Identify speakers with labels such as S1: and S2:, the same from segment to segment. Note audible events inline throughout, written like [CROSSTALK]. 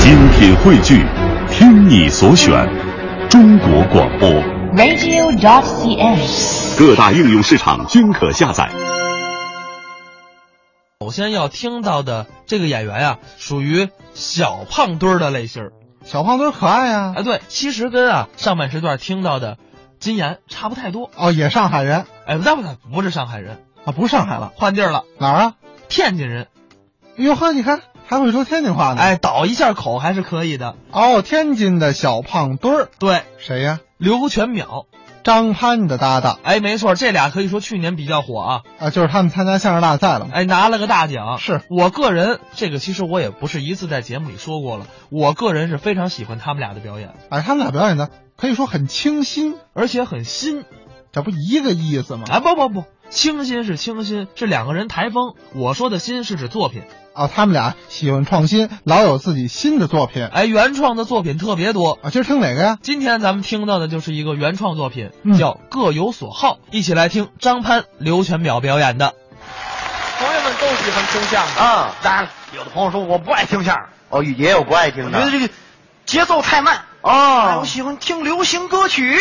S1: 精品汇聚，听你所选，中国广播。
S2: radio.cn。
S1: 各大应用市场均可下载。
S3: 首先要听到的这个演员啊，属于小胖墩儿的类型儿。
S4: 小胖墩儿可爱啊呀、
S3: 哎，对，其实跟啊上半时段听到的金岩差不太多。
S4: 哦，也上海人
S3: 哎，不对不对，不是上海人，
S4: 啊，不是上海了，
S3: 换地儿了，
S4: 哪儿啊？
S3: 天津人。
S4: 哟呵，你看还会说天津话呢。，
S3: 哎，倒一下口还是可以的。
S4: 哦，天津的小胖墩儿，
S3: 对，
S4: 谁呀、
S3: 刘全淼。
S4: 张潘的搭档
S3: 哎，没错，这俩可以说去年比较火啊。
S4: 啊，就是他们参加相声大赛了嘛。
S3: 哎，拿了个大奖。
S4: 是
S3: 我个人，这个其实我也不是一次在节目里说过了，我个人是非常喜欢他们俩的表演，
S4: 哎，他们俩表演的可以说很清新，
S3: 而且很新。
S4: 这不一个意思吗？
S3: 哎，不不不，清新是清新，是两个人台风。我说的新是指作品。
S4: 啊，他们俩喜欢创新，老有自己新的作品啊
S3: 哎，原创的作品特别多。
S4: 啊。今儿听哪个呀？
S3: 今天咱们听到的就是一个原创作品，
S4: 嗯
S3: 叫《各有所好》，一起来听张潘、刘全淼表演的。
S5: 朋友们都喜欢听相声，
S6: 啊，
S5: 当然了，有的朋友说我不爱听相声，
S6: 哦，也有不爱听
S5: 我
S6: 的。
S5: 觉得这个节奏太慢。哎
S6: 哦
S5: 我，喜欢听流行歌曲，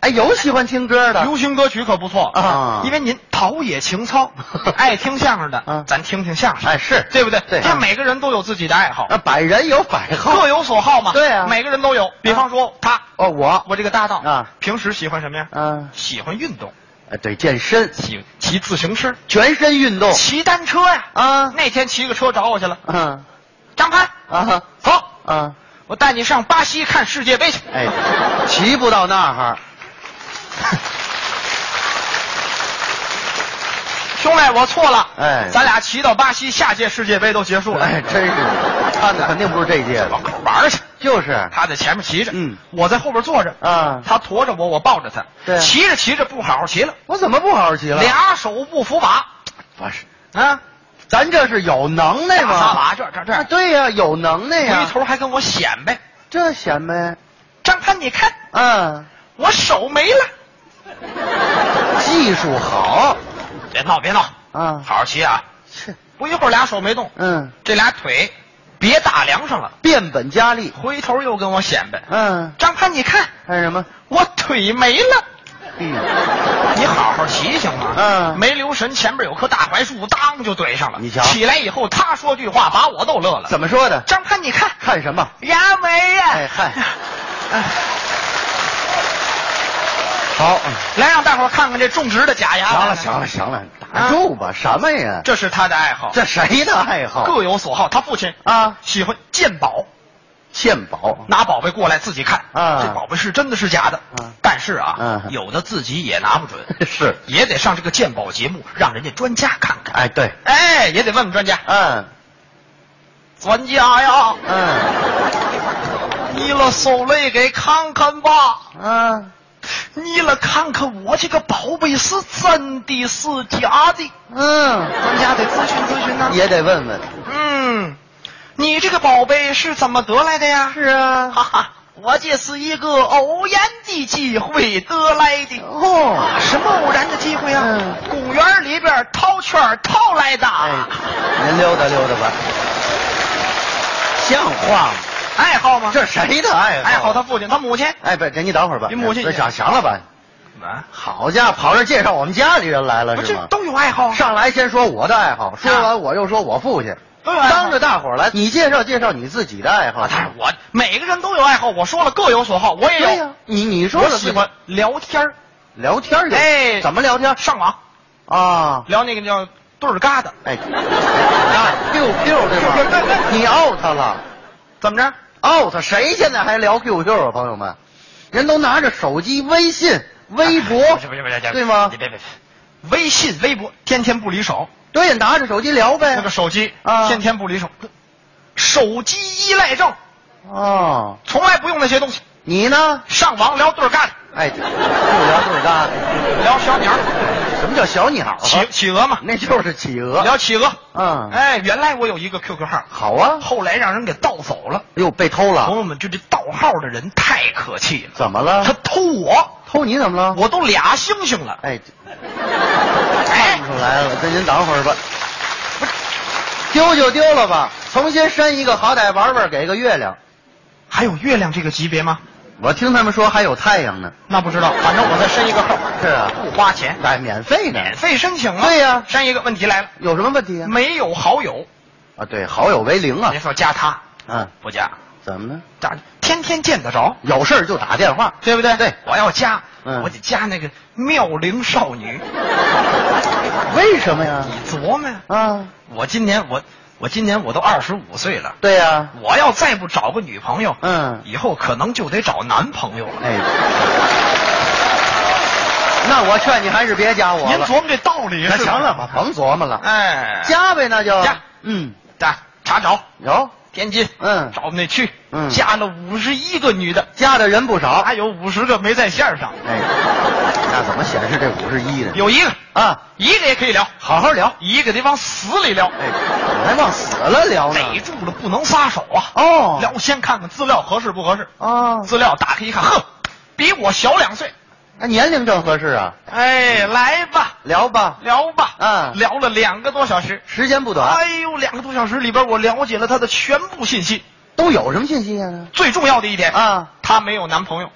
S6: 哎，有喜欢听歌的
S5: 流行歌曲可不错
S6: 啊
S5: 因为您陶冶情
S6: [LAUGHS]
S5: 操，爱听相声的，
S6: 啊
S5: 咱听听相声，
S6: 哎是
S5: 对不对？
S6: 对
S5: 这每个人都有自己的爱好，
S6: 啊，百人有百
S5: 各
S6: 好。
S5: 有所好嘛。
S6: 对啊
S5: 每个人都有。比方说他，
S6: 哦，我
S5: 我这个搭档
S6: 啊
S5: 平时喜欢什么呀？
S6: 啊，
S5: 喜欢运动，
S6: 哎对，健身，
S5: 喜骑自行车，
S6: 全身运动
S5: 骑单车呀。
S6: 哦啊
S5: 那天骑个车找我去了，
S6: 嗯
S5: 张潘，
S6: 啊
S5: 走，
S6: 啊，
S5: 我带你上巴西看世界杯去。
S6: 哎，骑不到那儿。
S5: 兄弟，我错了，
S6: 哎
S5: 咱俩骑到巴西，下届世界杯都结束了，
S6: [LAUGHS] 哎，真是，看的肯定不是这届
S5: 往
S6: 的，
S5: 口玩去。
S6: 就是
S5: 他在前面骑着，
S6: 嗯
S5: 我在后边坐着，
S6: 啊。
S5: 他驮着我，我抱着他，
S6: 对啊
S5: 骑着骑着不好好骑了，
S6: 我怎么不好好骑了？
S5: 俩手不扶把，
S6: 不是，
S5: 啊，
S6: 咱这是有能耐
S5: 大撒
S6: 吗？
S5: 把，这这这，
S6: 啊，对呀，有能耐呀
S5: 回。头还跟我显摆，
S6: 这显摆，
S5: 张潘，你看
S6: 嗯，
S5: 我手没了，
S6: 技术好
S5: 别闹别闹，
S6: 啊。
S5: 好好骑啊，
S6: 是，
S5: 不一会儿俩手没动，
S6: 嗯，
S5: 这俩腿别打梁上了，
S6: 变本加厉。
S5: 回头又跟我显摆，
S6: 嗯，
S5: 张潘，你看
S6: 干什么？
S5: 我腿没了。
S6: 嗯，
S5: 你好好骑行吗？
S6: 嗯
S5: 没留神前边有棵大槐树，当就怼上了。
S6: 你瞧
S5: 起来以后他说句话把我逗乐了。
S6: 怎么说的？
S5: 张潘，你看啊
S6: 看什么？
S5: 牙没呀、
S6: 哎嗨
S5: 哎
S6: 好，
S5: [LAUGHS] 来让大伙儿看看这种植的假牙。
S6: 行
S5: 来
S6: 了行了，行了，
S5: 啊
S6: 打住吧，什么呀？
S5: 这是他的爱好，
S6: 这谁的爱好？
S5: 各有所好。他父亲
S6: 啊
S5: 喜欢鉴宝，
S6: 鉴宝
S5: 拿宝贝过来自己看
S6: 哦啊
S5: 这宝贝是真的是假的。
S6: 啊
S5: 但是啊、
S6: 嗯
S5: 有的自己也拿不准，
S6: [LAUGHS] 是
S5: 也得上这个鉴宝节目，让人家专家看看。
S6: 哎对，
S5: 哎，也得问问专家。
S6: 嗯
S5: 专家呀，
S6: 嗯
S5: 你了手雷给看看吧，
S6: 嗯
S5: 你了看看我这个宝贝是真的是假的？
S6: 嗯，
S5: 专家得咨询咨询呢、
S6: 也得问问。
S5: 嗯，你这个宝贝是怎么得来的呀？
S6: 是啊
S5: 哈哈，我这是一个偶然的机会得来的。
S6: 哦，
S5: 什么偶然的机会啊？
S6: 嗯
S5: 公园里边掏圈儿掏来的。
S6: 哎，您溜达溜达吧，像话吗？
S5: 爱好吗？
S6: 这谁的爱好？
S5: 爱好他父亲，他母亲。
S6: 哎，不，您等会儿吧。
S5: 您母亲
S6: 不是想行了吧？
S5: 啊，
S6: 好家伙，跑这儿介绍我们家里人来了
S5: 不
S6: 是
S5: 是
S6: 吗？
S5: 都有爱好啊？
S6: 上来先说我的爱
S5: 啊
S6: 好，说完我又说我父亲，
S5: 都有爱好
S6: 当着大伙儿来，你介绍介绍你自己的爱好
S5: 啊，。但是我每个人都有爱好，我说了各有所好，我也
S6: 对
S5: 有。
S6: 呀，你你说
S5: 我
S6: 的
S5: 喜欢聊天儿
S6: 聊天儿有
S5: 哎
S6: 怎么聊天儿
S5: 上网
S6: 啊？
S5: 聊那个叫对儿疙瘩，
S6: 哎，啊，QQ
S5: [LAUGHS]
S6: 对吗？你 out 了
S5: 怎么着？
S6: ，out 谁现在还聊 QQ 啊，朋友们？人都拿着手机、
S5: [LAUGHS]
S6: 微信、微博
S5: 哎不是不是不是，
S6: 对吗
S5: 别？别别，微信、微博天天不离手，
S6: 对，拿着手机聊呗。
S5: 那个手机
S6: 哎啊
S5: 天天不离手，手机依赖症，
S6: 哦，
S5: 从来不用那些东西，
S6: 你呢？
S5: 上网聊对儿疙瘩，
S6: 哎，就聊对搭。
S5: 聊小鸟，
S6: 什么叫小鸟啊？
S5: 企企鹅嘛，
S6: 那就是企鹅。
S5: 聊企鹅。
S6: 嗯，
S5: 哎，原来我有一个 QQ 号，
S6: 好啊。
S5: 后来让人给盗走了。
S6: 哎呦，被偷
S5: 朋
S6: 了，
S5: 友们，就这盗号的人太可气了，
S6: 怎么了
S5: 他？偷我。
S6: 偷你怎么了？
S5: 我都俩星星了，
S6: 哎，这
S5: 哎
S6: 看，出来了，这您等会儿吧。丢就丢了吧，重新申一个，好歹玩玩，给个月亮。
S5: 还有月亮这个级别吗？
S6: 我听他们说还有太阳呢，
S5: 那不知道，反正我再申一个号，
S6: 是啊
S5: 不花钱，
S6: 哎，免费呢，
S5: 免费申请啊。
S6: 对呀
S5: 申一个。问题来了，
S6: 有什么问题啊？
S5: 没有好友，
S6: 啊，对，好友为零啊
S5: 您，说加他
S6: 嗯，
S5: 不加，
S6: 怎么呢？
S5: 咋天天见得着？
S6: 有事儿就打电话，对不对？对，
S5: 我要加，
S6: 嗯
S5: 我得加那个妙龄少女。
S6: 为什么呀？
S5: 你琢磨呀，
S6: 啊，
S5: 我今年我我今年我都二十五岁了，
S6: 对呀、
S5: 我要再不找个女朋友，
S6: 嗯
S5: 以后可能就得找男朋友了。
S6: 哎，那我劝你还是别加我了。
S5: 您琢磨这道理
S6: 那
S5: 是吧
S6: 行了吧，甭琢磨了，
S5: 哎，
S6: 加呗，那就
S5: 加
S6: 嗯，
S5: 加查找
S6: 有
S5: 天津，
S6: 嗯
S5: 找我们那区，
S6: 嗯
S5: 加了五十一个女的，
S6: 加的人不少。
S5: 还有五十个没在线上，
S6: 哎，那怎么显示这五十一呢？
S5: 有一个，
S6: 啊，
S5: 一个也可以聊，
S6: 好好聊。
S5: 一个得往死里聊，
S6: 哎，我还往死了聊呢。
S5: 逮住了不能撒手啊。
S6: 哦
S5: 聊先看看资料合适不合适，
S6: 哦，
S5: 资料打开一看，哼，比我小两岁，
S6: 那年龄正合适啊，
S5: 哎，来吧，
S6: 聊吧，
S5: 聊吧，
S6: 嗯啊
S5: 聊了两个多小时，
S6: 时间不短。
S5: 哎呦，两个多小时里边，我了解了她的全部信息。
S6: 都有什么信息啊？
S5: 最重要的一点
S6: 啊，
S5: 她没有男朋友，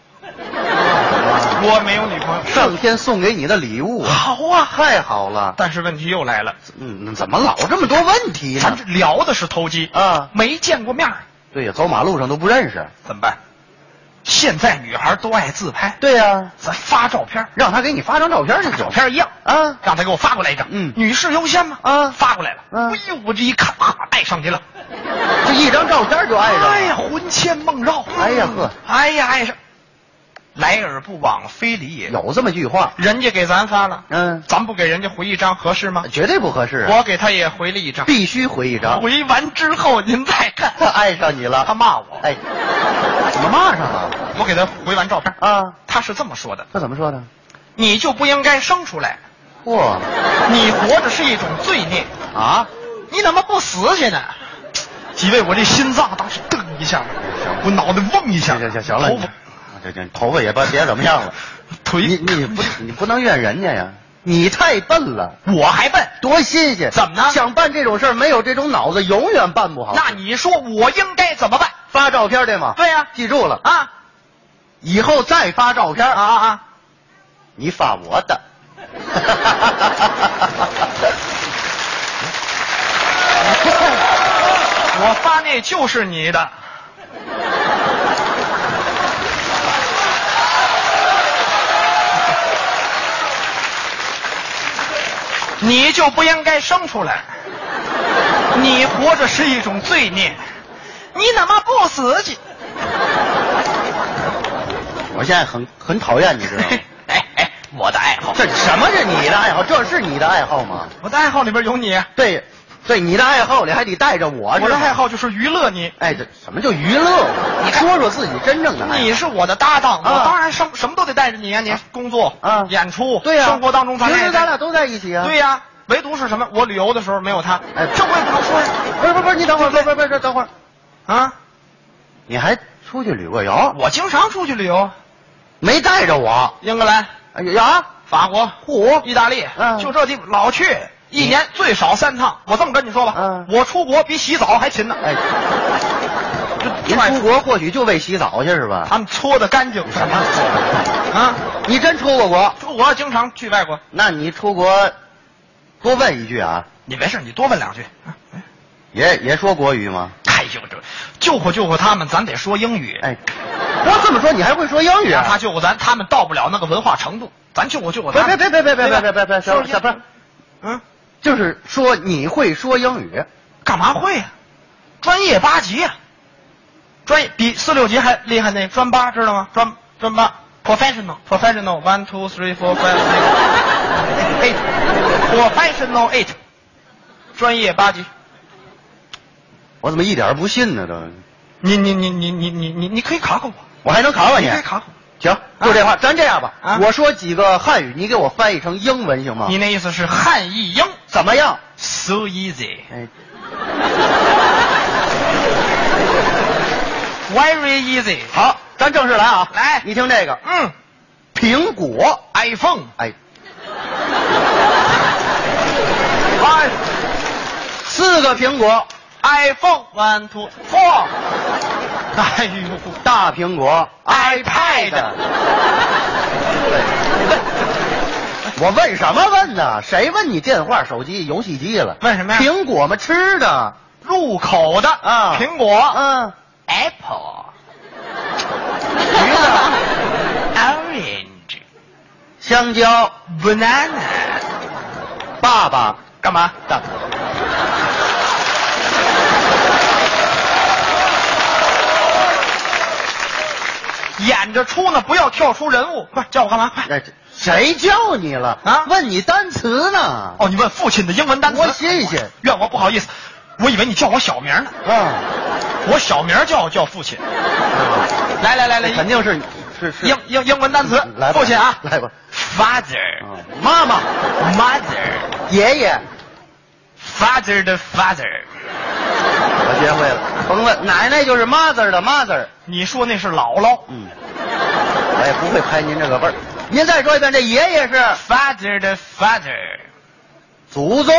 S5: 我没有女朋友。
S6: 上天送给你的礼物啊，
S5: 好啊，
S6: 太好了。
S5: 但是问题又来了，
S6: 嗯，怎么老这么多问题
S5: 咱
S6: 呢
S5: 这？聊的是投机
S6: 啊
S5: 没见过面儿
S6: 对呀，走马路上都不认识。
S5: 怎么办？现在女孩都爱自拍，
S6: 对呀、
S5: 咱发照片儿，
S6: 让他给你发张照片就行
S5: 照。片一样
S6: 啊
S5: 让她给我发过来一张，
S6: 嗯
S5: 女士优先嘛，
S6: 啊
S5: 发过来了，
S6: 嗯
S5: 哎呦，我这一看，啊，爱上去了，
S6: 这一张照片就爱上了。
S5: 哎呀，魂牵梦绕，
S6: 哎呀呵
S5: 哎呀，爱上，来而不往非礼也。
S6: 有这么句话，
S5: 人家给咱发了，
S6: 嗯，
S5: 咱不给人家回一张合适吗？
S6: 绝对不合适啊。
S5: 我给他也回了一张，
S6: 必须回一张。
S5: 回完之后您再看，
S6: [LAUGHS] 他爱上你了。
S5: 他骂我，
S6: 哎，怎么骂上了？
S5: 我给他回完照片，
S6: 啊，
S5: 他是这么说的：
S6: 他怎么说的？
S5: 你就不应该生出来，
S6: 嚯
S5: 你活着是一种罪孽，
S6: 啊！
S5: 你怎么不死去呢？几位，我这心脏当时噔一下，我脑袋嗡一下，
S6: 行行行，行了，
S5: 头
S6: 你
S5: 发
S6: 这这头发也别别怎么样了。
S5: [LAUGHS] 腿
S6: 你你不你不能怨人家呀，你太笨了，
S5: 我还笨，
S6: 多新鲜！
S5: 怎么呢
S6: 想办这种事儿，没有这种脑子，永远办不好。
S5: 那你说我应该怎么办？
S6: 发照片对吗？
S5: 对呀
S6: 记住了，
S5: 啊
S6: 以后再发照片
S5: 啊
S6: 啊，
S5: 啊啊！
S6: 你发我 [LAUGHS] 的。
S5: 我发那就是你的。你就不应该生出来，你活着是一种罪孽，你怎么不死去？
S6: 我现在很很讨厌你，知道吗？ [LAUGHS]
S5: 哎哎，我的爱好
S6: 这什么是你的爱好？这是你的爱好吗？
S5: 我的爱好里边有你，
S6: 对，对，你的爱好里还得带着我。
S5: 我
S6: 是
S5: 的
S6: 吧
S5: 爱，好就是娱乐你，
S6: 哎，这什么叫娱乐？
S5: 你
S6: 你
S5: 看
S6: 说说自己真正的爱好。
S5: 你是我的搭档，
S6: 啊
S5: 我当然什么什么都得带着你啊，你工作
S6: 啊
S5: 演出，
S6: 对呀、
S5: 生活当中咱
S6: 平
S5: 俩也
S6: 时
S5: 带
S6: 咱俩都在一起啊。
S5: 对呀、唯独是什么？我旅游的时候没有他，
S6: 哎
S5: 这我也不能说呀。
S6: 不是不是不是，你等会儿，不是不是不是，等会儿，
S5: 啊，
S6: 你还出去旅过游？
S5: 我经常出去旅游，
S6: 没带着我。
S5: 英格兰、
S6: 哎呀，
S5: 法国、
S6: 嚯
S5: 意大利，
S6: 嗯
S5: 就这地方老去，一年最少三趟。我这么跟你说吧，
S6: 嗯
S5: 我出国比洗澡还勤呢。
S6: 哎，
S5: 这，
S6: 您
S5: 这
S6: 出国或许就为洗澡去是吧？
S5: 他们搓的干净什么？啊，
S6: 你真出过国？
S5: 出国经常去外国。
S6: 那你出国，多问一句啊，
S5: 你没事，你多问两句。啊
S6: 也也说国语吗？
S5: 哎呦，这救活救活他们，咱得说英语。
S6: 哎，要这么说，你还会说英语啊？
S5: 他救过咱，他们到不了那个文化程度，咱救过救过他
S6: 别
S5: 们。
S6: 别别别别别别别别别，
S5: 是
S6: 小
S5: 不是
S6: 小潘，
S5: 嗯，
S6: 就是说你会说英语，
S5: 干嘛会呀、专业八级呀、专业比四六级还厉害那专八知道吗？专专八 professional professional one two three four five six eight professional eight 专业八级。
S6: 我怎么一点儿不信呢？都，
S5: 你你你你你你你你可以考考我，
S6: 我还能考考啊你
S5: 你可以？考考
S6: 行，就这话，咱这样吧，
S5: 啊
S6: 我说几个汉语，你给我翻译成英文行
S5: 我。
S6: 吗？
S5: 你那意思是汉译英
S6: 怎么样？
S5: so easy
S6: 哎，
S5: very easy
S6: 好，咱正式来啊！
S5: 来
S6: 你听这个，
S5: 嗯
S6: 苹果，
S5: iPhone
S6: 哎，
S5: i
S6: 四个苹果，
S5: iPhone one two four 哎呦，
S6: 大苹果
S5: iPad
S6: [LAUGHS] 我问什么问呢？谁问你电话、手机、游戏机了？
S5: 问什么呀
S6: 苹果嘛，吃的。
S5: 入口的
S6: 啊
S5: 苹果
S6: 嗯，
S5: ，Apple，橘子，Orange，
S6: 香蕉。
S5: banana，
S6: 爸爸
S5: 干嘛？
S6: 的。
S5: 演着出呢，不要跳出人物，快叫我干嘛？快！
S6: 那这谁叫你了
S5: 啊
S6: 问你单词呢？
S5: 哦，你问父亲的英文单词，
S6: 我谢谢
S5: 怨我不好意思，我以为你叫我小名呢，
S6: 啊，
S5: 我小名叫叫父亲。哎来来来来，
S6: 肯定是你是是
S5: 英英英文单词
S6: 嗯来，吧
S5: 父亲啊，
S6: 来吧啊
S5: ，father，mother，
S6: 妈妈、爷爷，
S5: father 的 father，
S6: 我学会了，甭问，奶奶就是 mother 的 mother。
S5: 你说那是姥姥
S6: 嗯，我也不会拍您这个辈儿。您再说一遍，这爷爷是
S5: ，father 的 father，
S6: 祖宗。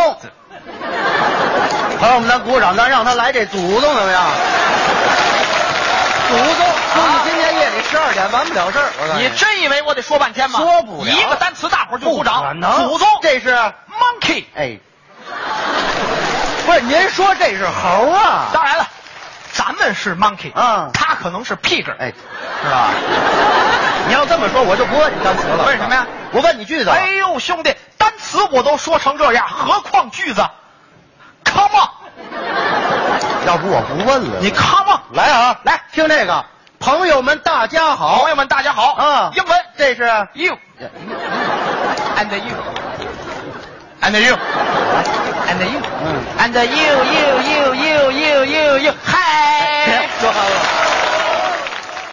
S6: 朋友们，咱鼓掌，咱让他来这祖宗怎么样？啊祖宗，估计今天夜里十二点完不了事儿。我告诉
S5: 你真以为我得说半天吗？
S6: 说不了
S5: 一个单词大伙儿就鼓掌。
S6: 不可能
S5: 祖宗
S6: 这是
S5: monkey，
S6: 哎，不是您说这是猴啊？
S5: 当然了，咱们是 monkey，
S6: 嗯
S5: 他可能是 pig，
S6: 哎，是吧？你要这么说，我就不问你单词了。
S5: 为什么呀？
S6: 我问你句子。啊
S5: 哎呦，兄弟，单词我都说成这样，何况句子？Come on，
S6: 要不我不问了。
S5: 你 Come on，
S6: 来啊，
S5: 来
S6: 听这个，朋友们，大家好。
S5: 朋友们，大家好，
S6: 啊，
S5: 英文
S6: 这是
S5: you and you and you [LAUGHS] and you
S6: 嗯
S5: and you you you you you you you，嗨，
S6: [LAUGHS] 说好了。